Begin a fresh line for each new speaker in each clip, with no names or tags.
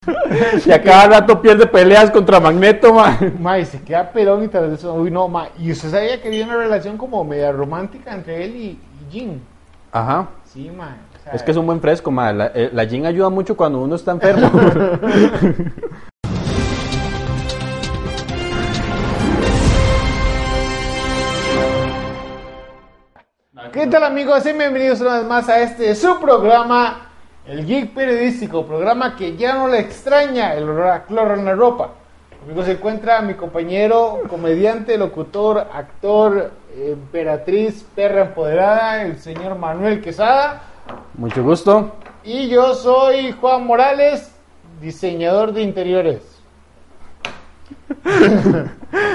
Y a cada rato pierde peleas contra Magneto, man.
Mae, se queda pelón y tras eso, uy no, mae. Y usted sabía que había una relación como media romántica entre él y, y Jin.
Ajá.
Sí, mae. o sea,
Es que es un buen fresco, man. La, eh, la gin ayuda mucho cuando uno está enfermo.
¿Qué tal amigos? Y bienvenidos una vez más a este su programa, el Geek Periodístico, programa que ya no le extraña el olor a cloro en la ropa. Conmigo se encuentra mi compañero, comediante, locutor, actor, eh, emperatriz, perra empoderada, el señor Manuel Quesada.
mucho gusto.
Y yo soy Juan Morales, diseñador de interiores.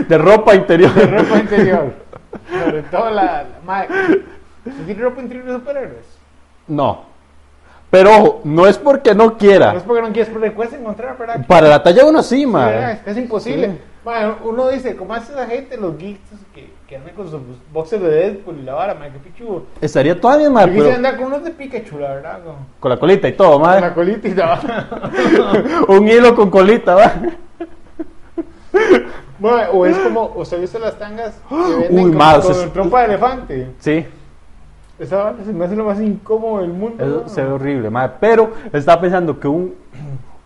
De ropa interior.
De ropa interior. Sobre todo la... la ma- ¿Usted tiene ropa interior de superhéroes?
No. Pero ojo, no es porque no
No es
quiera.
porque no quieres, pero le cuesta encontrar, ¿verdad?
Para la talla uno sí,
Sí,
man.
¿verdad? es, es imposible.
Sí.
Ma, uno dice, ¿cómo hace esa gente, los geeks que, que andan con sus boxes de Deadpool y la vara, man? Qué pichudo.
Estaría todavía, man. Ah,
Yo
pero Ah.
quisiera andar con unos de Pikachu, la verdad. Con,
Con la colita y todo,
con
man.
la colita y la vara.
Un hilo con colita, man.
Ma, o es como, o se viste las tangas que venden
Uy,
con,
ma,
con
se-
trompa de elefante.
Sí.
Esa vara se me hace lo más incómodo del mundo.
Eso
ma.
se ve horrible, mae. Pero estaba pensando que un,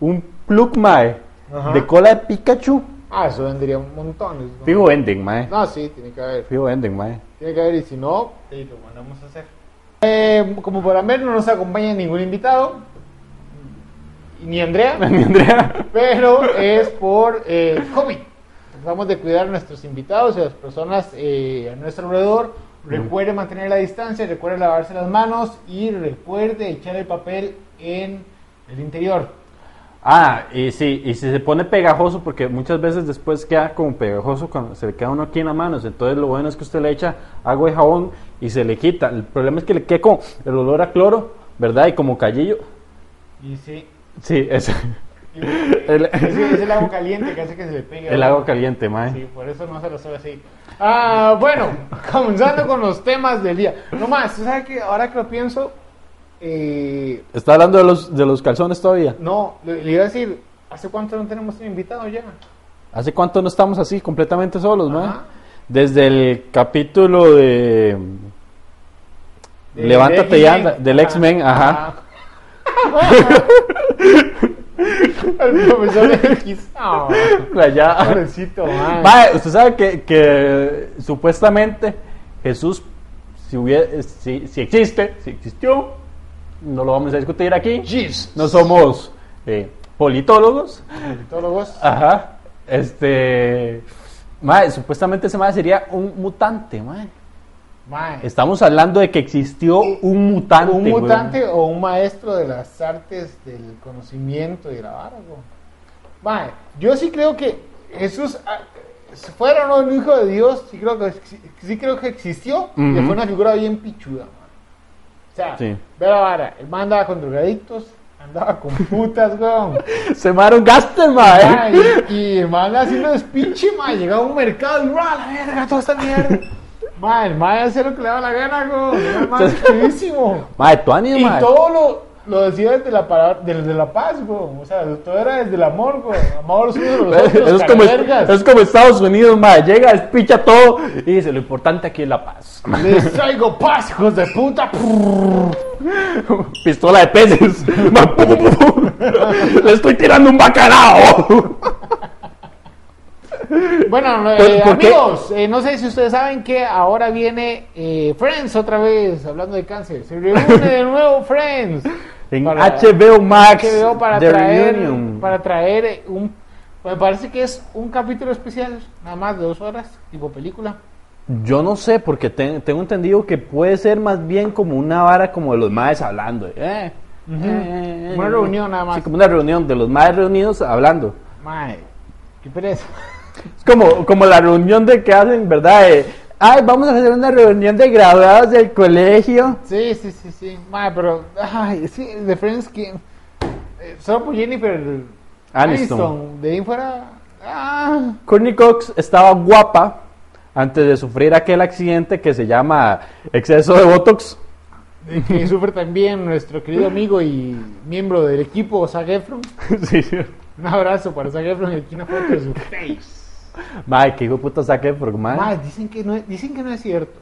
un plug, mae,
Ajá.
de cola de Pikachu,
Ah, eso vendría montones. ¿no?
fijo venden, mae.
No, sí, tiene que haber.
Fijo venden, mae.
Tiene que haber y si no, sí, lo mandamos a hacer. Eh, como podrán ver, no nos acompaña ningún invitado. Ni Andrea.
Mi Andrea.
pero es por eh, COVID. Tratamos de cuidar a nuestros invitados y a las personas eh, a nuestro alrededor. Recuerde mantener la distancia, recuerde lavarse las manos y recuerde echar el papel en el interior.
Ah, y sí, y si se pone pegajoso, porque muchas veces después queda como pegajoso cuando se le queda uno aquí en la mano. Entonces lo bueno es que usted le echa agua y jabón y se le quita. El problema es que le quede como el olor a cloro, ¿verdad? Y como callillo.
Y sí,
Sí, es
y- es, es el agua caliente que hace que se le pegue.
el agua caliente, mae.
Sí, por eso no se lo sabe así. Ah, bueno, comenzando con los temas del día. No más, ¿tú sabes que ahora que lo pienso, eh,
¿Está hablando de los, de los calzones todavía?
no, le, le iba a decir, ¿hace cuánto no tenemos un invitado ya?
¿Hace cuánto no estamos así, completamente solos,
Ajá.
man? Desde el capítulo de.
De-
Levántate
de
y
X-Men. Ah,
anda, del
Ajá.
X-Men, ajá.
El profesor X. Ah,
Allá.
pobrecito, man.
Mae, usted sabe que, que supuestamente Jesús, si, hubie- si, si existe, si existió, no lo vamos a discutir aquí.
Jeez.
No somos eh, politólogos.
Politólogos.
Ah, Ajá. Este. Mae, supuestamente ese mae sería un mutante, mae.
Man,
Estamos hablando de que existió un mutante.
un
weón.
mutante o un maestro de las artes del conocimiento y de la vara, weón. Man, yo sí creo que Jesús, ah, si fuera o no un hijo de Dios, sí creo que, sí creo que existió y
Ujú.
fue una figura bien pichuda, man. O sea,
Sí.
ve la vara, el man andaba con drogadictos, andaba con putas, weón.
Se maron gasten, mae.
Ay, y el man haciendo despinche, ma, llega a un mercado y ¡ra, la verga, toda esta mierda! Ma, el man hace lo que le da la gana, go. El man es chidísimo.
Mae, Tuani,
Y
mae.
todo lo, lo decía desde la, para- desde la paz, go. O sea, todo era desde el amor, go. Amor los unos de los otros,
Eso Pues, es, como,
vergas.
eso es como Estados Unidos, mae. Llega, despicha todo y dice, lo importante aquí es la paz.
Les traigo paz, hijos de puta.
Pistola de peces. Mae, pu, pu, pu. Le estoy tirando un bacalao.
Bueno,
¿Por-
eh,
Pues, por qué?
amigos, eh, no sé si ustedes saben que ahora viene eh, Friends otra vez, hablando de cáncer. Se reúne de nuevo Friends.
En
Para-
HBO Max.
que veo para
The
traer
Reunion.
para traer eh, un me parece que es un capítulo especial nada más de dos horas tipo película
Yo no sé, porque te- tengo entendido que puede ser más bien como una vara como de los maes hablando. eh, eh, eh,
Una
eh.
reunión nada más.
Sí, como una reunión de los maes reunidos hablando.
mae qué pereza
Es como, como la reunión de que hacen, ¿verdad? De, Ay, vamos a hacer una reunión de graduados del colegio.
sí sí sí sí mae pero ay sí de Friends que eh, solo por Jennifer
Aniston.
de ahí fuera ah
Courtney Cox estaba guapa antes de sufrir aquel accidente que se llama exceso de Botox.
de que sufre también nuestro querido amigo y miembro del equipo, Zac Efron.
sí, sí.
Un abrazo para Zac Efron y aquí una foto de su face.
Mae, que hijo de puta saque, porque mae.
Mae, dicen que no es, dicen que no es cierto.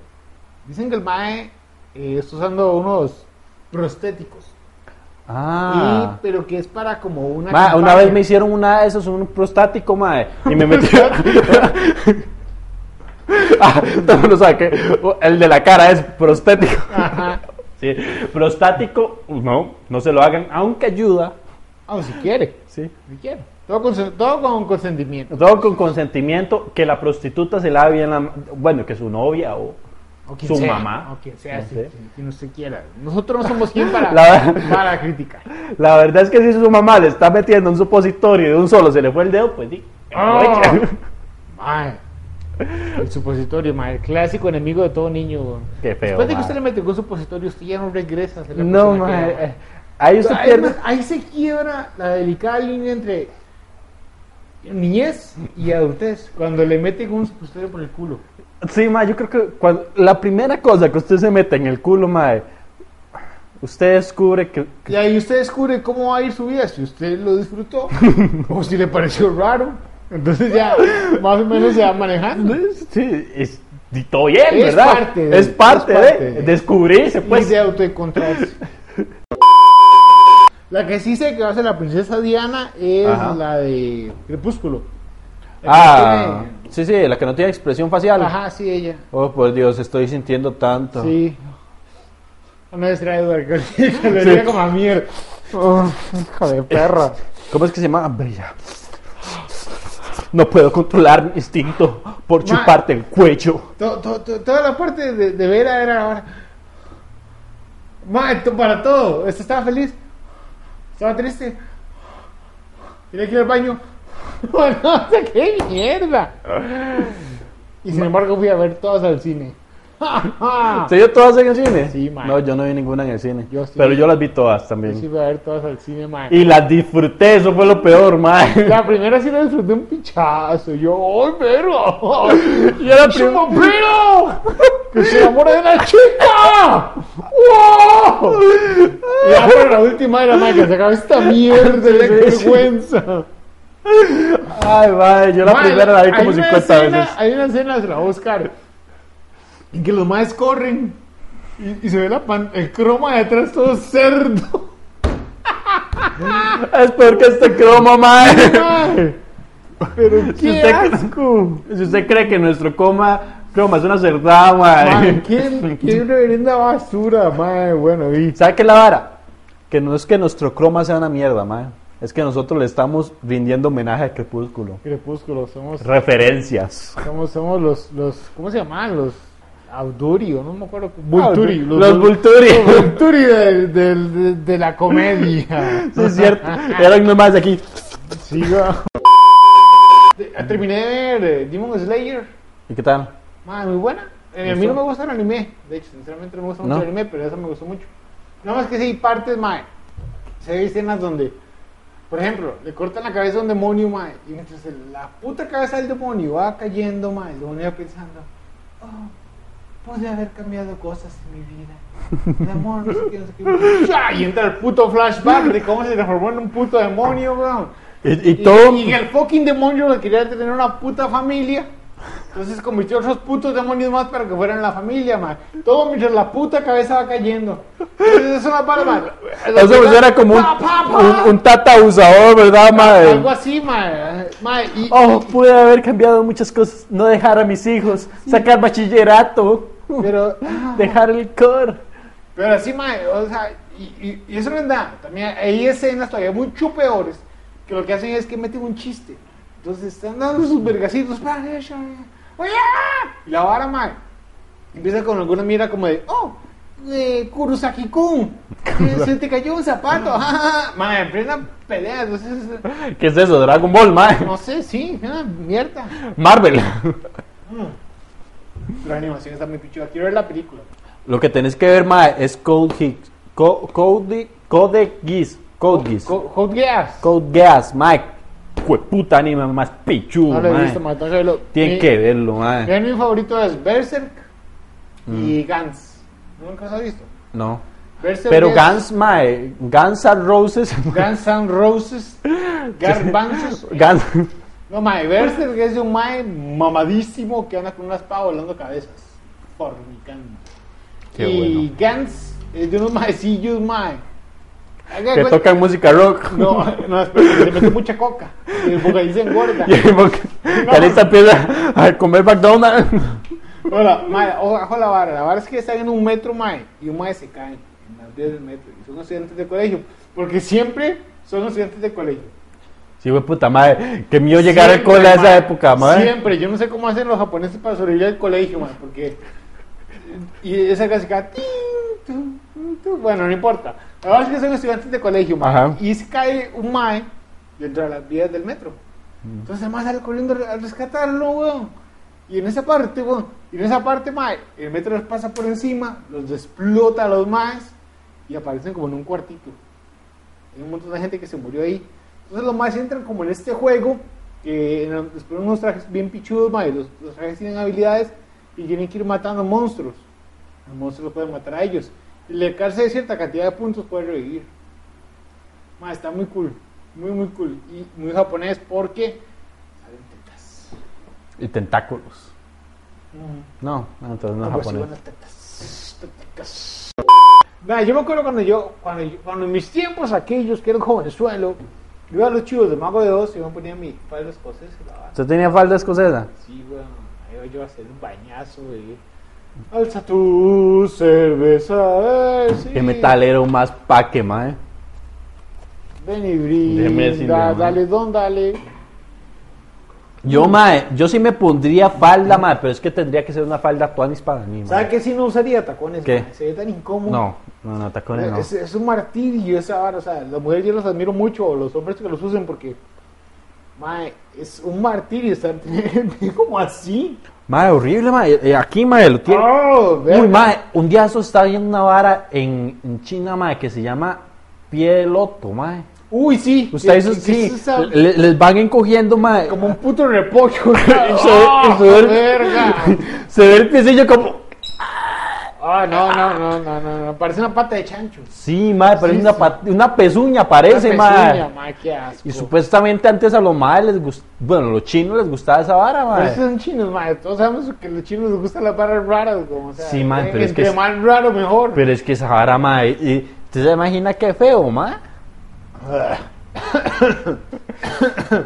Dicen que el Mae eh, está usando unos prostéticos.
Ah.
Y- pero que es para como una.
Mae, una
campaña.
vez me hicieron una de esos, un prostático, mae. Y me metieron. ah, no me lo saqué. El de la cara es prostético.
Ajá.
Sí, prostático, no, no se lo hagan, aunque ayuda.
Ah, si quiere.
Sí.
Si quiere. Todo con, todo con consentimiento.
Todo con consentimiento, que la prostituta se lave bien la... ma- Bueno, que su novia o...
O quien
Su
sea,
mamá.
O quien sea,
No
si-
sé.
si- quien usted quiera. Nosotros no somos quien para,
La-
para criticar.
La verdad es que si su mamá le está metiendo un supositorio y de un solo se le fue el dedo, pues sí. aprovecha.
Ah. Mae. El supositorio, mae. El clásico enemigo de todo niño. weón.
Qué feo,
Después de que
mae.
usted le mete con supositorio, usted ya no regresa. a ser la
No,
persona que
mae,
era.
eh, Ahí usted
Ahí,
pierde...
más, ahí se quiebra la delicada línea entre niñez y adultez. Cuando le meten un supositorio por el culo.
Sí, ma, yo creo que cuando- la primera cosa que usted se mete en el culo, mae, usted descubre que...
Y ahí usted descubre cómo va a ir su vida, si usted lo disfrutó o si le pareció raro. Entonces ya más o menos se va manejando.
Sí, es, y todo bien,
Es
¿verdad?
parte de-
es parte
es
de,
parte de-
descubrirse,
Pues
pues.
de autoencontrarse. La que sí sé que va a ser la princesa Diana es
Ajá.
la de Crepúsculo. La que
Ah,
tiene-
sí, sí, la que no tiene expresión facial.
Ajá, sí, ella.
Oh, por Dios, estoy sintiendo tanto.
Sí. No me distrae Eduardo, que que lo diría como a mierda. Oh, hijo de perra.
¿Cómo es que se llama? Bella. No puedo controlar mi instinto por
Ma-
chuparte el cuello.
To- to- to- toda la parte de, de Vera era ahora. Ma, to- para todo. Este estaba feliz. Estaba triste. Tenía que ir al baño. no sé qué mierda. Y sin embargo fui a ver todas al cine.
¿Se vio todas en el cine?
Sí, ma.
No, yo no vi ninguna en el cine.
Yo sí.
Pero yo las vi todas también.
Sí, fui a ver todas al cine, ma.
Y las disfruté, eso fue lo peor, madre.
La primera sí la disfruté un pichazo. Yo, ¡ay, perro!
Y era
¡Es un
prim-
vampiro! ¡Que se enamora de una chica! ¡Wow! Y ya para la última era más que se acaba esta mierda de
Sí, sí.
vergüenza.
Ay, madre, yo la
Mae,
primera la vi
hay
como
una
50
escena-
veces.
Hay una escena, se la voy a buscar, en que los maes corren y, y se ve la pan- el croma de atrás todo cerdo.
Es peor que este croma, madre.
Mae, Pero
Si
qué
usted-
asco.
Si usted cree que nuestro coma, croma es una cerdada, madre.
Mae, qué, qué reverenda basura, mae. Bueno, y
¿Sabe qué es la vara? Que no es que nuestro croma sea una mierda, madre. Es que nosotros le estamos rindiendo homenaje a Crepúsculo.
Crepúsculo, somos
Referencias.
Somos, somos los, los, ¿cómo se llamaban? Los Auduri, o no me acuerdo. Vulturi.
Ah, los Vulturi.
Los Vulturi del- del- de, de la comedia.
Sí, es cierto. Eran nomás aquí.
Sigo. Te- Terminé de ver eh, Demon Slayer.
¿Y qué tal?
Madre, muy buena. Eh, a mí
Eso.
no me gusta el anime. De hecho, sinceramente no me gusta mucho
¿No?
el anime, pero esa me gustó mucho. Nada más que sí, hay partes, mae. Se ve escenas donde, por ejemplo, le cortan la cabeza a un demonio, mae. Y mientras el- la puta cabeza del demonio va cayendo, mae, el demonio va pensando, oh, pude haber cambiado cosas en mi vida. El amor, no sé qué, no sé qué. ¡Sha! Y entra el puto flashback de cómo se transformó en un puto demonio, weón.
Y, y
Y,
todo.
y el fucking demonio que quería tener una puta familia. Entonces convirtió a otros putos demonios más para que fueran la familia, man. Todo mientras la puta cabeza va cayendo. Entonces es una palma.
Eso pues era como un, un, un tata usador, ¿verdad, madre?
Algo así, man. Man, y-
Oh, pude haber cambiado muchas cosas. No dejar a mis hijos. Sacar bachillerato.
Pero,
Dejar el cor.
pero así, man. O sea, y, y- y eso no es nada. También hay escenas todavía mucho peores que lo que hacen es que meten un chiste. Entonces están dando sus vergacitos. pa, ya, ya, ya. ¡Oye! Y la vara, man. Empieza con alguna mira como de, oh, eh, Kurosaki-kun, eh, se te cayó un zapato, ja, ja, ja. Madre, en plena pelea, entonces,
¿Qué es eso? Dragon Ball, madre.
no sé, sí, ah, mierda.
Marvel.
La animación está muy pichuda, quiero ver la película.
Lo que tenés que ver, mae, es Code Higgs. Co- Code, Code Geass. Code Geass.
Co- Hot Geass.
Code Geass, mae. Cueputa anime más pichudo,
No lo he
mae.
visto, madre, tengo que verlo.
Tienen
Mi-
que verlo, mae. Mm.
Mi anime favorito es Berserk y Gans. ¿Nunca los has visto?
No.
Verse
Pero
Against-
Guns, mae, Guns N' Roses,
Guns N' Roses, Garbanzos.
Guns,
No, mae, Berserk es de un mae mamadísimo que anda con unas pavas volando cabezas. Fornicando.
Qué
y Guns es de unos maecillos, mae. Haga
que
cuenta-
tocan música rock.
No, no, espera, se mete mucha coca. Y el vocalista engorda.
Y ahí porque Carita empieza a comer McDonald's.
Hola, mae, ojo a la vara. La vara es que están en un metro, mae, y un mae se cae en las vías del metro. Y son estudiantes de colegio. Porque siempre son estudiantes de colegio.
Sí, güey, puta madre. Que mío llegar al cole a esa
mae.
época, madre.
Siempre, yo no sé cómo hacen los japoneses para sobrevivir al colegio, mae, porque. Y esa clásica. tin, tun, tun, tun. Bueno, no importa. La verdad es que son estudiantes de colegio, mae.
Ajá.
Y se cae un mae dentro de las vías del metro. Entonces el mae sale corriendo a rescatarlo, weón. Y en esa parte, weón. Y en esa parte, mae, el metro les pasa por encima, los explota a los maes y aparecen como en un cuartito. Hay un montón de gente que se murió ahí. Entonces los más entran como en este juego, que en- les ponen unos trajes bien pichudos, mae, los, los trajes tienen habilidades y tienen que ir matando monstruos. Los monstruos los pueden matar a ellos. Y le de cierta cantidad de puntos puede revivir. Mae, está muy cool, muy muy cool y muy japonés porque salen tetas.
Y tentáculos. No, no, entonces no es
Algo así,
japonés.
unas tetas, tetas. Nah, yo me acuerdo cuando yo, cuando yo- cuando en mis tiempos aquellos que era un jovenzuelo, yo iba a los chivos de Mago de Oz y me ponía mi padre los cosas y la vara.
¿Usted tenía falda escocesa?
Sí, weón, ahí iba yo a hacer un bañazo, güey. Alza tu cerveza, eh, sí.
Qué metalero más paque, madre.
Ven y brinda,
Déjeme decirle, man.
dale, don, dale.
Yo,
Mm.
mae, yo sí me pondría falda, mae, pero es que tendría que ser una falda tuanis para mí, mae.
¿Sabes qué si no usaría tacones?
¿Qué?
man? Se ve tan incómodo.
No, no, no, tacones no.
Es, es un martirio esa vara, o sea, las mujeres yo las admiro mucho, o los hombres que los usen, porque, mae, es un martirio estar como así.
Mae, horrible, mae. Eh, Aquí, mae, lo tiene.
Oh,
Uy,
verga.
mae, un día eso estaba viendo una vara en, en China, mae, que se llama pie de loto, mae.
Uy, sí. eh,
Ustedes
¿Qué-
eso
qué- qué
sí,
es esa-
le- les van encogiendo, mae.
como un puto repollo.
Y se ve- y se ve-
¡Ah, verga!
Se ve el piecillo como...
Ah, no, no, no, no, no, no, parece una pata de chancho.
Sí, mae, parece
Sí,
una,
sí.
pat- una pezuña, parece,
Una pezuña,
mae.
mae, qué asco.
Y supuestamente antes a los maes les gust... Bueno, a los chinos les gustaba esa vara,
Pero
mae.
esos son chinos, mae, todos sabemos que a los chinos les gustan las barras raras, como, o sea,
Sí, mae, pero es
entre
que es-
más raro mejor.
Pero es que esa vara, mae... Y... ¿Usted se imagina qué feo, mae?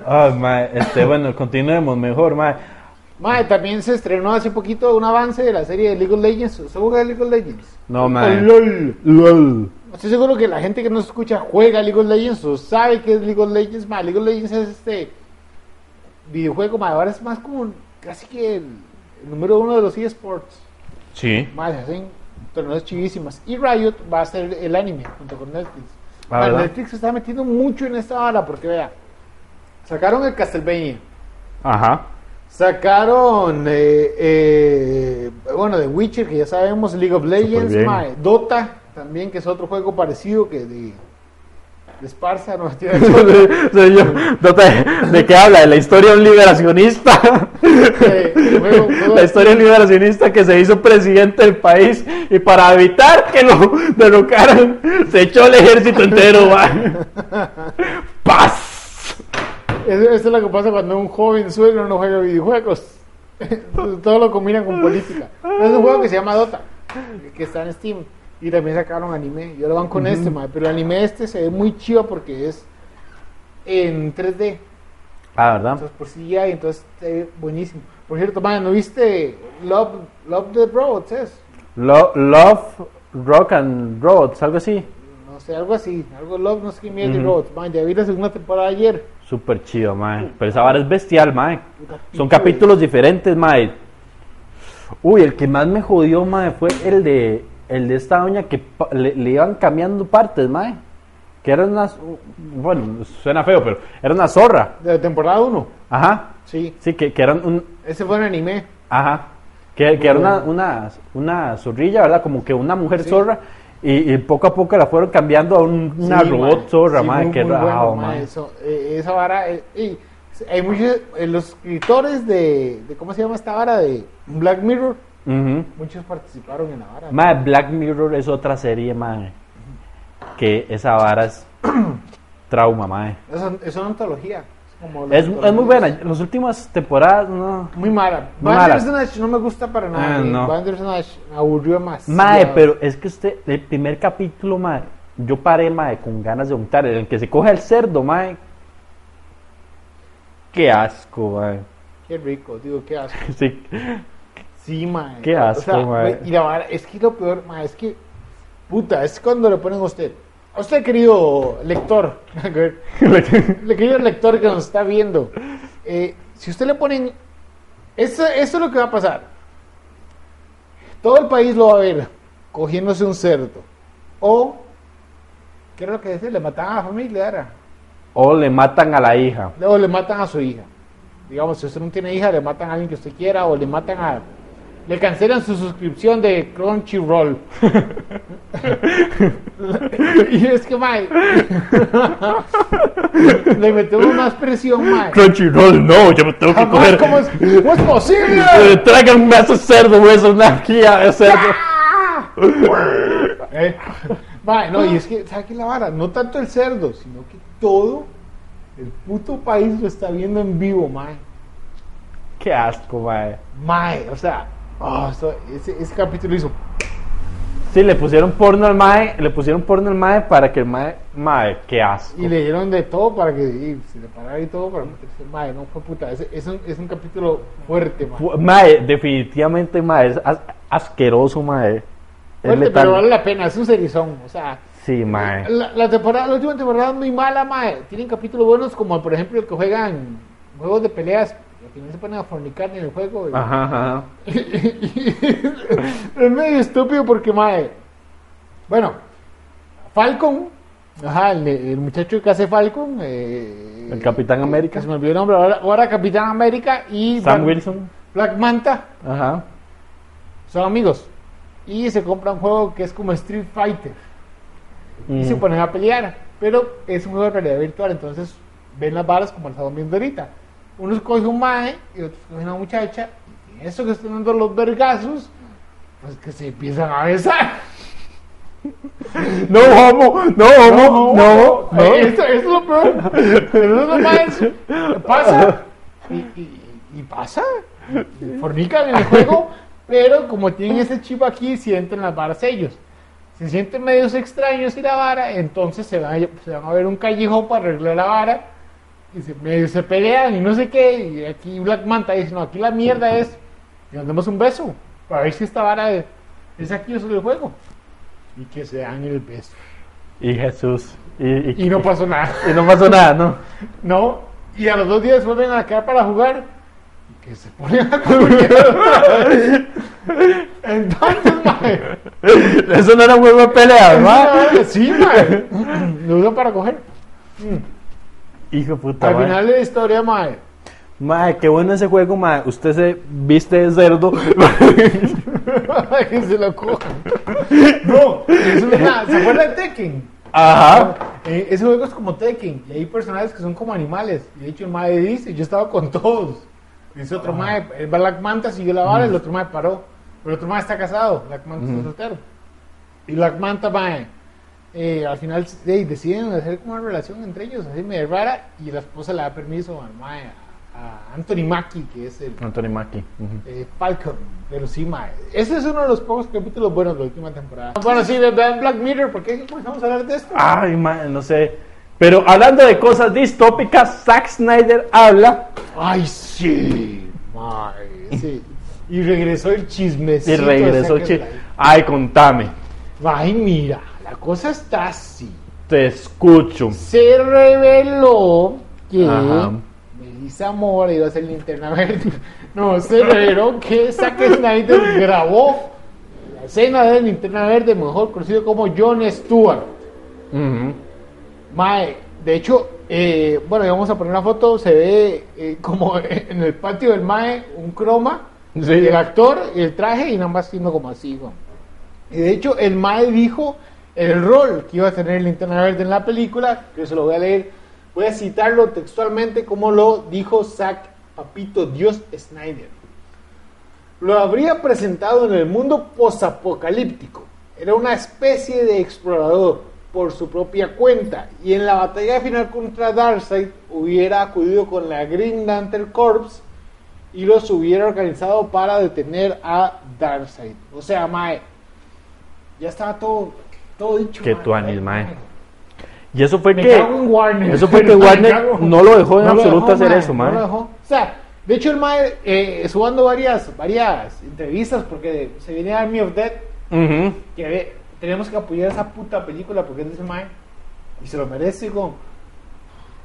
Ah, mae, este, bueno, continuemos mejor, mae.
Mae, también se estrenó hace poquito un avance de la serie de League of Legends. ¿Usted juega League of Legends?
No,
Oh,
mae.
LOL.
LOL.
Estoy seguro que la gente que nos escucha juega League of Legends o sabe que es League of Legends. Mae, League of Legends es este videojuego, mae. Ahora es más como un- casi que el, el número uno de los eSports.
Sí.
Mae, se hacen torneos chivísimas. Y Riot va a hacer el anime junto con Netflix.
Ah,
Mae,
¿verdad?
Netflix se está metiendo mucho en esta hora porque vea, sacaron el Castlevania.
Ajá.
Sacaron, eh, eh, bueno, de Witcher, que ya sabemos, League of Legends,
bien.
mae, Dota, también, que es otro juego parecido que de, de Esparza, no, mentira, de-
Soy yo. No te- ¿De qué habla? De la historia de un liberacionista.
de juego- juego-
La historia de un liberacionista que se hizo presidente del país y para evitar que lo derrocaran, se echó el ejército entero. va. ¡Paz!
Eso, eso es lo que pasa cuando un joven suelo no juega videojuegos. Todo lo combinan con política. Pero es un juego que se llama Dota, que está en Steam. Y también sacaron anime. Y ahora van con este, mae, pero el anime este se ve muy chido porque es en 3D.
Ah, ¿verdad?
Entonces, por sí ya, y entonces, eh, buenísimo. Por cierto, man, ¿no viste Love, Love the Robots? Es?
Lo- love, Rock and Roads, algo así.
No sé, algo así. Algo Love, no sé qué mierda de
Ujú.
Robots. Man, ya vi la segunda temporada ayer.
Súper chido, mae. Pero esa vara es bestial, mae.
Un
Son capítulos diferentes, mae. Uy, el que más me jodió, mae, fue el de el de esta doña que pa- le, le iban cambiando partes, mae. Que era una bueno, suena feo, pero era una zorra.
De la temporada 1.
Ajá.
Sí,
Sí, que, que eran un
ese fue un anime.
ajá. Que, que era una, una, una zorrilla, ¿verdad? Como que una mujer
Sí.
zorra. Y, y poco a poco la fueron cambiando a un- una
Sí,
robot
mae.
zorra,
Sí,
mae. ah,
muy,
Qué
muy bueno,
rajado,
mae,
mae.
eso, eh, esa vara. eh, y hay muchos. eh, los escritores de, de. ¿Cómo se llama esta vara? De Black Mirror.
Ujú.
Muchos participaron en la vara.
Mae, Black Mirror es otra serie, mae. Que esa vara es trauma, mae.
Es, un- es una antología. Es, como las
Es, es muy
antologías.
buena. Las últimas temporadas, no.
Muy mala.
Muy
Bandersnatch no me gusta para nada. eh.
Ah, no.
Bandersnatch aburrió más.
Mae, pero es que usted, el primer capítulo, mae, yo paré, mae, con ganas de vomitar. En el que se coge el cerdo, mae. Qué asco, mae.
Qué rico, digo, qué asco.
Sí.
Sí, mae.
Qué asco, mae.
Y la vara, es que lo peor, mae, es que. Puta, es cuando le ponen a usted. A usted, querido lector. le querido lector que nos está viendo. eh, si usted le ponen. Eso, eso es lo que va a pasar. Todo el país lo va a ver cogiéndose un cerdo. O. ¿Qué era lo que decía? Le mataban a la familia, era.
o le matan a la hija.
O le matan a su hija. Digamos, si usted no tiene hija, le matan a alguien que usted quiera o le matan a... Le cancelan su suscripción de Crunchyroll. y es que, mae... le metemos más presión, mae.
Crunchyroll, no, yo me tengo Eh,
Jamás, ¿cómo, es, cómo es posible?
Tráiganme a ese cerdo, güey, es una guía de cerdo.
Eh, mae, no, y es que, ¿sabe qué es la vara? No tanto el cerdo, sino que todo el puto país lo está viendo en vivo, mae.
Qué asco, mae.
Mae, o sea, ah, esto- ese, ese capítulo hizo.
Sí, le pusieron porno al mae, le pusieron porno al mae para que el mae, mae, qué asco.
Y le dieron de todo para que y se le parara y todo para meterse. Mae, no fue puta. ese- Es, un, es un capítulo fuerte, mae.
Fu- Mae, definitivamente, mae, es as- asqueroso, mae. Es Eh.
Fuerte,
letal.
pero vale la pena. Es un serizón, o sea.
Sí, mae.
La, la temporada, la última temporada es muy mala, mae. Tienen capítulos buenos como, por ejemplo, el que juegan juegos de peleas. y Al final se ponen a fornicar en el juego. y-
Ajá, ajá.
es medio estúpido porque, mae. Bueno, Falcon. Ajá, el, el muchacho que hace Falcon. eh,
El Capitán América.
Se me olvidó el nombre. Ahora, ahora Capitán América y
Sam
Black,
Wilson.
Black Manta
Ajá.
son amigos. Y se compra un juego que es como Street Fighter. Y
Mm.
se ponen a pelear. Pero es un juego de realidad virtual. Entonces ven las balas como el estamos viendo ahorita. Unos cogen un mae y otros cogen una muchacha. Y en eso que están dando los vergazos, pues que se empiezan a besar.
No homo, no homo, no, no.
Eh, Eso, eso es lo peor. Pero eso es lo más. Pasa. Y, y- y pasa. Y Fornican en el juego. Pero como tienen ese chip aquí, sienten las varas ellos. Si sienten medios extraños y la vara, entonces se van, a- se van a ver un callejón para arreglar la vara. Y se, medio se pelean y no sé qué. Y aquí Black Manta dice: No, aquí la mierda es. Y nos demos un beso. Para ver si esta vara es, es aquí o es el juego. Y que se dan el beso.
Y Jesús. Y, y-
Y no pasó nada.
y no pasó nada, ¿no?
No, y a los dos días vuelven a quedar para jugar. Y que se ponen a comunicar otra vez. Entonces, mae.
Eso no era un juego de pelea, ¿verdad?
Sí, mae. Lo usan para coger.
Hijo de puta,
Al
mae.
final de la historia, mae.
Mae, qué bueno ese juego, mae. Usted se viste de cerdo.
que se lo cojan. No, es una. ¿Se acuerdan de Tekken?
Ajá.
Eh, ese juego es como Tekken. Y hay personajes que son como animales. Y de hecho, el mae dice: Yo estaba con todos. Dice otro mae, el Black Manta siguió la vara, el otro mae paró. Pero el otro mae está casado, Black Manta está soltero. Y Black Manta, mae, eh, al final eh, deciden hacer como una relación entre ellos, así medio rara. Y la esposa le da permiso al mae, a Anthony Mackie, que es el
Anthony Mackie.
eh, Falcon, pero sí, mae. Ese es uno de los pocos capítulos buenos de la última temporada. Bueno, sí, vean Black Mirror, ¿por qué comenzamos a hablar de esto?
Ay, mae, no sé. Pero hablando de cosas distópicas, Zack Snyder habla
Ay, sí, mae, sí. Y regresó el
y
chismecito.
regresó.
de Zack
chi-
Snyder.
Ay, contame.
Ay, mira, la cosa está así.
Te escucho.
Se reveló que
Ajá.
Melissa Mora iba a ser linterna verde. No, se reveló que Zack Snyder grabó la escena de linterna verde, mejor conocido como John Stewart.
Ujú.
Mae, de hecho, eh, bueno, ahí vamos a poner una foto, se ve eh, como en el patio del Mae un croma,
Sí.
el actor, el traje y nada más haciendo como así, güey. Y de hecho, el Mae dijo el rol que iba a tener Linterna Verde en la película, que se lo voy a leer, voy a citarlo textualmente como lo dijo Zack Papito Dios Snyder. lo habría presentado en el mundo posapocalíptico. Era una especie de explorador por su propia cuenta y en la batalla final contra Darkseid hubiera acudido con la Green Lantern Corps y los hubiera organizado para detener a Darkseid. O sea, Mae, ya estaba todo, todo dicho.
Que
mae.
tuanis, mae. Y eso fue
Me
que.
cago en Warner.
Eso fue que
Me
Warner
cago.
no lo dejó en
No lo
absoluto
dejó,
hacer
mae,
eso,
no
mae.
lo dejó. O sea, de hecho el Mae, eh, subando varias, varias entrevistas porque se viene Army of Death,
Ujú.
que ve, tenemos que apoyar esa puta película porque es de ese Mae y se lo merece, hijo.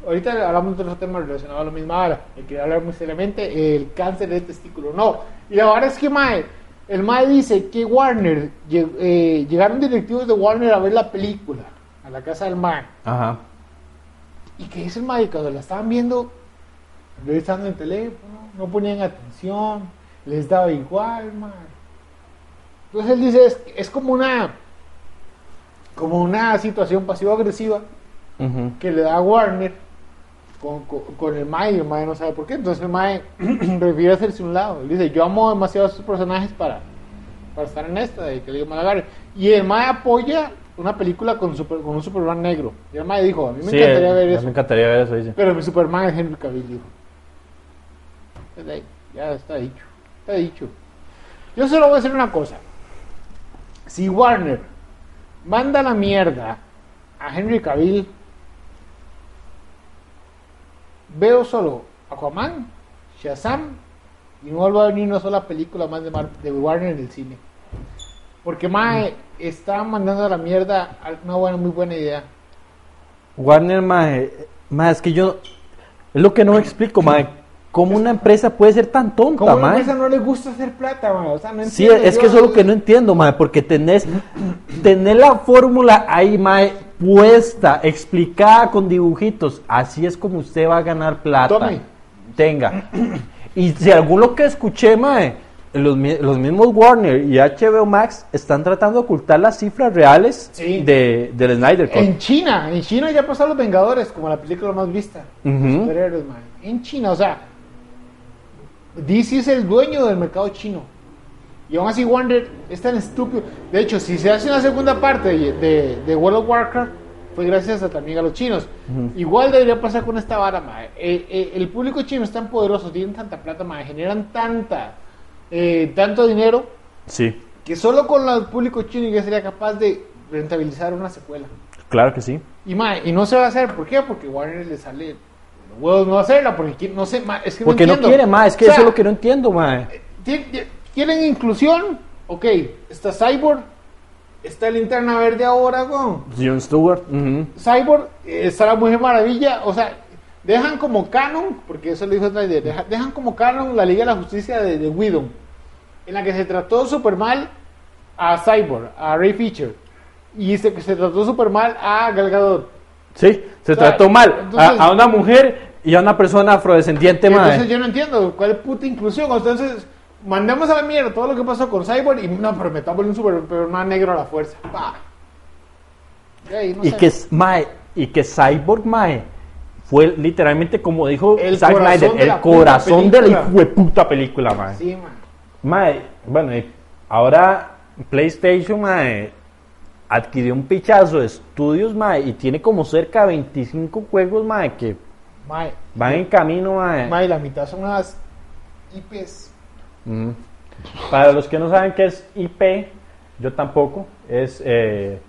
Ahorita hablamos de otro tema relacionado a la misma hora. El que hablar muy seriamente, el cáncer de testículo. No. Y la verdad es que Mae, el Mae dice que Warner, lleg- eh, llegaron directivos de Warner a ver la película, a la casa del Mae.
Ajá.
Y que dice el Mae, cuando la estaban viendo, revisando el teléfono, no ponían atención, les daba igual, Mae. Entonces él dice, es, es como una, como una situación pasivo-agresiva
Ujú.
que le da a Warner con, con, con el Mae y el Mae no sabe por qué. Entonces el Mae prefiere hacerse un lado. Él dice, yo amo demasiado a estos personajes para, para estar en esta, de que le digo mal agarre". Y el Mae apoya una película con, super- con un Superman negro. Y el Mae dijo, a mí me
Sí,
encantaría ver
eh,
eso.
Me encantaría ver eso, dice.
Pero mi Superman es Henry Cavill, dijo. Desde ahí, ya está dicho. Está dicho. Yo solo voy a decir una cosa. Si Warner manda a la mierda a Henry Cavill, veo solo Aquaman, Shazam, y no vuelvo a venir una sola película más de, Mar- de Warner en el cine. Porque Mae está mandando a la mierda a una buena, muy buena idea.
Warner, mae, mae, es que yo. Es lo que no me explico, mae. ¿Cómo una empresa puede ser tan tonta,
Como a una
mae?
empresa no le gusta hacer plata, mae? O sea, no
Sí,
entiendo
es
yo.
que eso es lo que no entiendo, mae, porque tenés, tenés la fórmula ahí, mae, puesta, explicada con dibujitos. Así es como usted va a ganar plata.
Tome.
Tenga. Y si algún lo que escuché, mae, los, mi- los mismos Warner y HBO Max están tratando de ocultar las cifras reales
Sí.
de, del Snyder Cut.
En China, en China ya pasaron los Vengadores, como la película más vista.
Ujú.
Superhéroes, man. En China, o sea, DC es el dueño del mercado chino. Y aún así Wonder es tan estúpido. De hecho, si se hace una segunda parte de, de, de World of Warcraft, fue gracias a, también a los chinos. Igual debería pasar con esta vara, mae. Eh, eh, el público chino es tan poderoso, tienen tanta plata, mae, generan tanta, eh, tanto dinero,
Sí,
que solo con el público chino ya sería capaz de rentabilizar una secuela.
claro que sí.
Y, mae, y no se va a hacer, ¿por qué? Porque Warner le sale los huevos no hacerla, porque qui- no sé, mae, es que
Porque no,
no entiendo.
quiere, mae, es que
O sea,
eso es lo que no entiendo, mae.
ti- ti- ¿Quieren inclusión? Ok, está Cyborg, está Linterna Verde ahora, weón.
John Stewart. ujú.
Cyborg, eh, está la Mujer Maravilla, o sea, dejan como canon, porque eso lo dijo Snyder, deja- dejan como canon la Liga de la Justicia de, de Widow, en la que se trató súper mal a Cyborg, a Ray Fisher, y se, se trató súper mal a Gal Gadot.
Sí, se
O sea,
trató mal a-
entonces-
a, una mujer y a una persona afrodescendiente,
Entonces
mae.
yo no entiendo cuál puta inclusión. Entonces, mandamos a la mierda todo lo que pasó con Cyborg y no, pero metámosle un Superman negro a la fuerza. Pa. Y ahí, no
Y
sé.
que, es- mae, y que Cyborg, mae, fue literalmente como dijo
El
Zack
corazón
Snyder,
de la
el corazón
puta
de la puta película, mae.
Sí, man.
Mae, bueno, y ahora PlayStation, mae, adquirió un pichazo de estudios, mae, y tiene como cerca de 25 juegos, mae, que
Mae,
van en camino, mae.
mae, la mitad son unas IPs.
Ujú. Para los que no saben qué es IP, yo tampoco, es eh,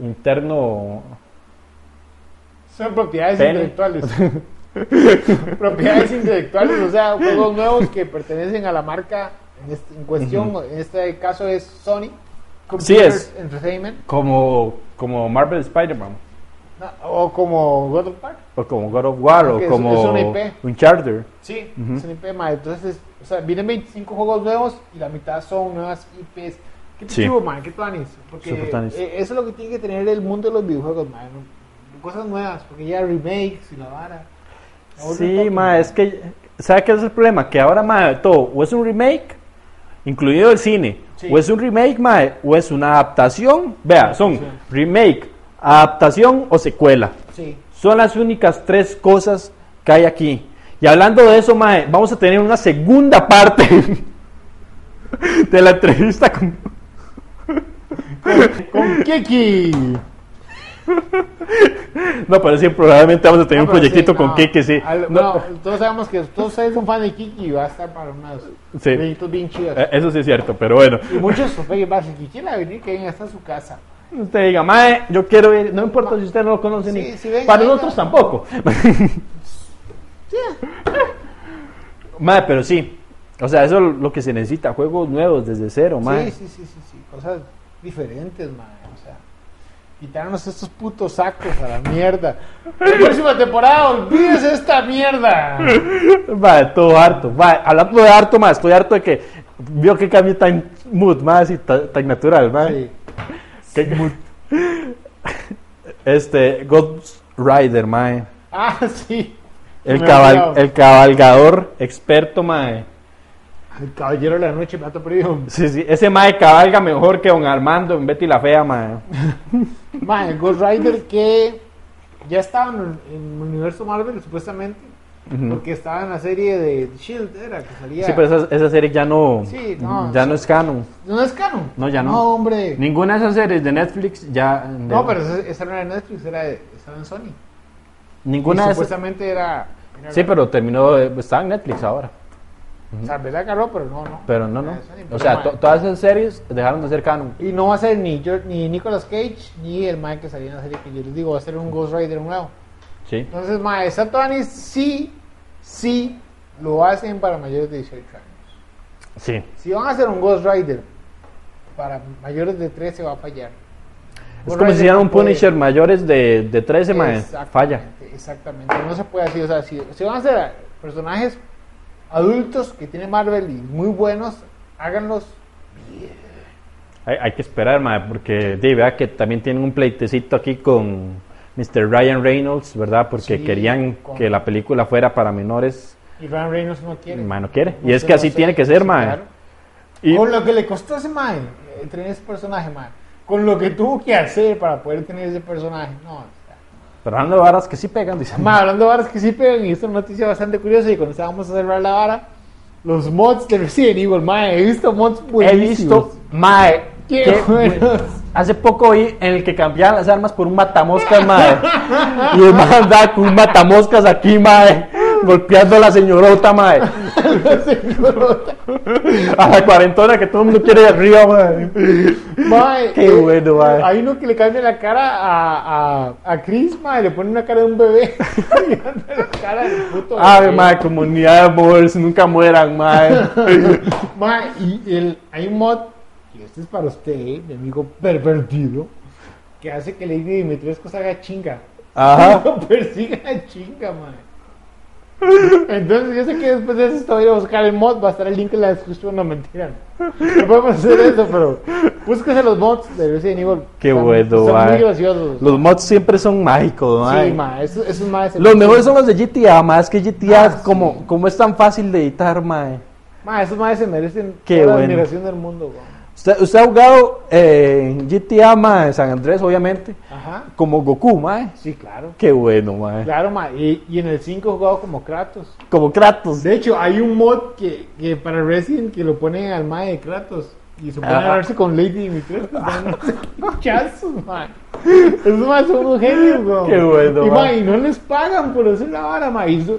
interno...
Son propiedades
Pene.
intelectuales. propiedades intelectuales, o sea, juegos nuevos que pertenecen a la marca en, este- en cuestión. En este caso es Sony.
Sí es.
Computer Entertainment.
Como, como Marvel Spider-Man,
no, o como God of War.
o como God of War,
Porque
o
es-
como
es una IP.
Uncharted.
Sí, es un IP más. Entonces, o sea, vienen 25 juegos nuevos y la mitad son nuevas IPs. ¿Qué
Sí.
chivo, man? ¿Qué planes? Porque
Super tuanis.
eh, eso es lo que tiene que tener el mundo de los videojuegos, man. Cosas nuevas, porque ya remakes y la vara. La otra
Sí,
toque,
ma, es que, ¿sabes qué es el problema? Que ahora, ma, todo, o es un remake, incluido el cine,
Sí.
o es un remake, ma, o es una adaptación, vea, son
Adaptación.
remake, adaptación o secuela.
Sí.
Son las únicas tres cosas que hay aquí. Y hablando de eso, ma, vamos a tener una segunda parte de la entrevista con...
Con Kiki.
No, pero sí, probablemente vamos a tener un
No, pero
proyectito
sí,
con
no.
Kiki, sí.
Al-
No,
bueno, todos sabemos que todos ustedes son fan de Kiki y va a estar para unos
Sí.
proyectos bien chidos.
eh, Eso sí es cierto, pero bueno.
Y muchos sospechos van a decir, "¿Quién quiera venir, que venga hasta su casa.
Usted diga, mae, yo quiero ir. No importa si usted no lo conoce ni.
Sí, sí, venga,
Para
venga.
nosotros tampoco. mae, pero sí. O sea, eso es lo que se necesita. Juegos nuevos desde cero, mae.
Sí, sí, sí, sí, sí, cosas diferentes, man. O sea, quitarnos estos putos sacos a la mierda. La próxima temporada, olvídese esta mierda.
Mae, todo harto. Mae, hablando de harto, mae, estoy harto de que. Vio que cambio tan mood, mae, así tan, tan natural, mae.
Sí.
Que- Este, Ghost Rider, mae.
Ah, sí.
El,
Me
cabal,
olvidaba.
el cabalgador experto, mae.
El caballero de la noche, plato perdido.
Sí, sí, ese mae cabalga mejor que don Armando en Betty la Fea, mae.
Man, el Ghost Rider que ya estaban en, en el universo Marvel, supuestamente.
Ujú.
Porque estaba en la serie de Shield, era que salía.
Sí, pero esa, esa serie ya no,
Sí, no,
ya
sí.
no es canon.
No es canon.
No, ya no.
No, hombre.
Ninguna de esas series de Netflix ya.
No, pero esa, esa no era de Netflix, era de, estaba en Sony.
Ninguna
Y
de esas.
supuestamente era, era-
Sí, pero terminó, eh, está en Netflix ahora.
O sea, ¿verdad, Carlos? Pero no, no.
Pero no, no.
Era de Sony,
O
pero
sea,
no,
to-
eh.
todas esas series dejaron de ser canon.
Y no va a ser ni, yo, ni Nicolas Cage ni el Mike que salía en la serie que yo les digo, va a ser un Ghost Rider nuevo.
Sí.
Entonces, Mae, Santo Anis sí, sí lo hacen para mayores de 18 años.
Sí.
Si van a hacer un Ghost Rider para mayores de 13 va a fallar.
Es como si hicieran un Punisher mayores de, de 13, mae.
Exactamente,
Falla.
Exactamente, no se puede así. O sea, si, si van a hacer personajes adultos que tiene Marvel y muy buenos, háganlos.
Hay, hay que esperar, mae, porque di, vea que también tienen un pleitecito aquí con Mr. Ryan Reynolds, ¿verdad? Porque
Sí,
querían
con-
que la película fuera para menores.
Y Ryan Reynolds no quiere.
Mae, no quiere.
No
Y es
se
que
lo
así
hace,
tiene que ser,
sí,
mae.
claro.
Y-
Con lo que le costó a ese mae eh, tener ese personaje, mae. Con lo que tuvo que hacer para poder tener ese personaje. No, o sea,
Pero hablando de varas que sí pegan, dice.
Ma, hablando de varas que sí pegan, y esta noticia bastante curiosa, y cuando estábamos a cerrar la vara, los mods de Resident Evil, ma, he visto mods
He
buenísimos.
visto, mae,
Qué
qué
buenos.
buen- Hace poco oí en el que cambiaban las armas por un matamoscas, mae. Y el mae andaba con un matamoscas aquí, mae. Golpeando a la señorota, mae. A la cuarentona que todo el mundo quiere de arriba, mae.
Ma,
Qué bueno, ma.
eh, Hay uno que le cambia la cara a, a, a Chris, ma, y le pone una cara de un bebé. Y anda la cara del puto
Ave,
bebé.
mae, comunidad de boys, nunca mueran, mae.
Ma, y el, hay un mod, y este es para usted, eh, mi amigo pervertido, que hace que Lady Dimitrescu haga chinga.
Ajá.
Lo persiga la chinga, man. Entonces, yo sé que después de eso estoy a buscar el mod. Va a estar el link en la descripción. No mentira. No podemos hacer eso, pero búsquese los mods de Resident Evil.
Qué
Son-
bueno,
Son
mae.
muy graciosos.
Los mods siempre son mágicos, mae.
Sí, ma. Esos, esos maes se-
Los mejores son los de GTA, mae. Es que GTA,
Ah, sí.
como, como es tan fácil de editar, mae.
Ma, esos maes se merecen
Qué
toda la
bueno.
admiración del mundo, weón.
Usted, usted ha jugado eh, en GTA, mae, San Andrés, obviamente,
Ajá.
como Goku, mae.
Sí, claro.
Qué bueno, mae.
Claro, ma. Y, y en el 5 jugado como Kratos.
Como Kratos.
De hecho, hay un mod que, que para Resident que lo pone al mae de Kratos. Y se pone a
Ajá.
hablarse con Lady Dimitrescu. dándose Chazos, man. Esos más son unos genios, weón.
Qué bueno,
Y,
man.
man, y no les pagan por hacer la vara, man. Y eso-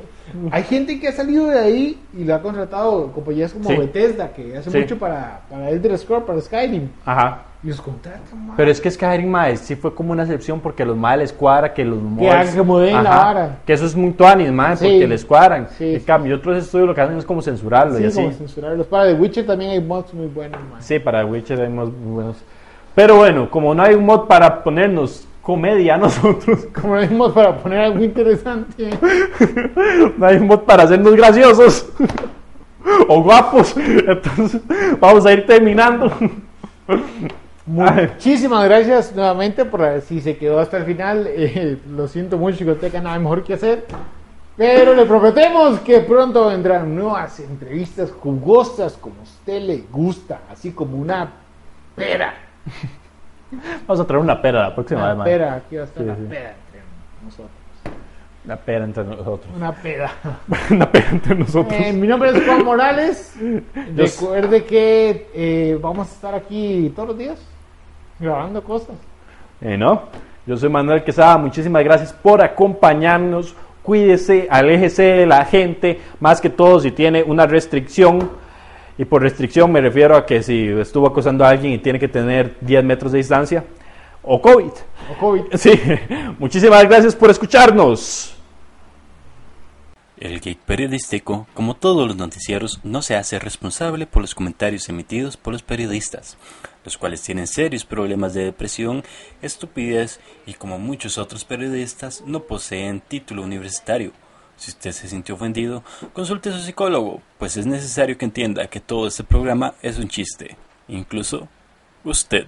Hay gente que ha salido de ahí y lo ha contratado compañías como
Sí.
Bethesda, que hace
Sí.
mucho para, para Elder Scrolls, para Skyrim.
Ajá.
Y los contratan, man.
Pero es que Skyrim, mae, sí fue como una excepción porque los mae les cuadra que los mods...
hagan que modelen la
Ajá.
vara.
Que eso es muy tuanis, mae,
Sí.
porque les cuadran.
Sí.
En cambio, otros estudios lo que hacen es como censurarlo y
sí,
así.
como censurarlos. Para The Witcher también hay mods muy buenos, man.
Sí, para Witcher hay mods muy buenos. Pero bueno, como no hay un mod para ponernos comedia a nosotros,
Como lo mismo para poner algo interesante.
No hay un mod para hacernos graciosos o guapos. Entonces, vamos a ir terminando. Ay,
Muchísimas gracias nuevamente por la- si se quedó hasta el final. eh, lo siento mucho, Chicoteca, nada mejor que hacer. Pero le prometemos que pronto vendrán nuevas entrevistas jugosas como a usted le gusta, así como una pera.
Vamos a traer una pera la próxima
Una
vez, man.
pera, aquí va a
Sí,
estar una
sí.
pera entre nosotros.
Una pera entre nosotros.
Una peda.
Una pera entre nosotros.
Eh, mi nombre es Juan Morales.
Yo-
Recuerde que eh, vamos a estar aquí todos los días grabando cosas.
Eh, ¿No? Yo soy Manuel Quesada, muchísimas gracias por acompañarnos. Cuídese, aléjese de la gente, más que todo si tiene una restricción. Y por restricción me refiero a que si estuvo acosando a alguien y tiene que tener 10 metros de distancia, o COVID.
O COVID.
Sí, muchísimas gracias por escucharnos.
El Geek Periodístico, como todos los noticieros, no se hace responsable por los comentarios emitidos por los periodistas, los cuales tienen serios problemas de depresión, estupidez y como muchos otros periodistas no poseen título universitario. Si usted se sintió ofendido, consulte a su psicólogo, pues es necesario que entienda que todo este programa es un chiste, incluso usted.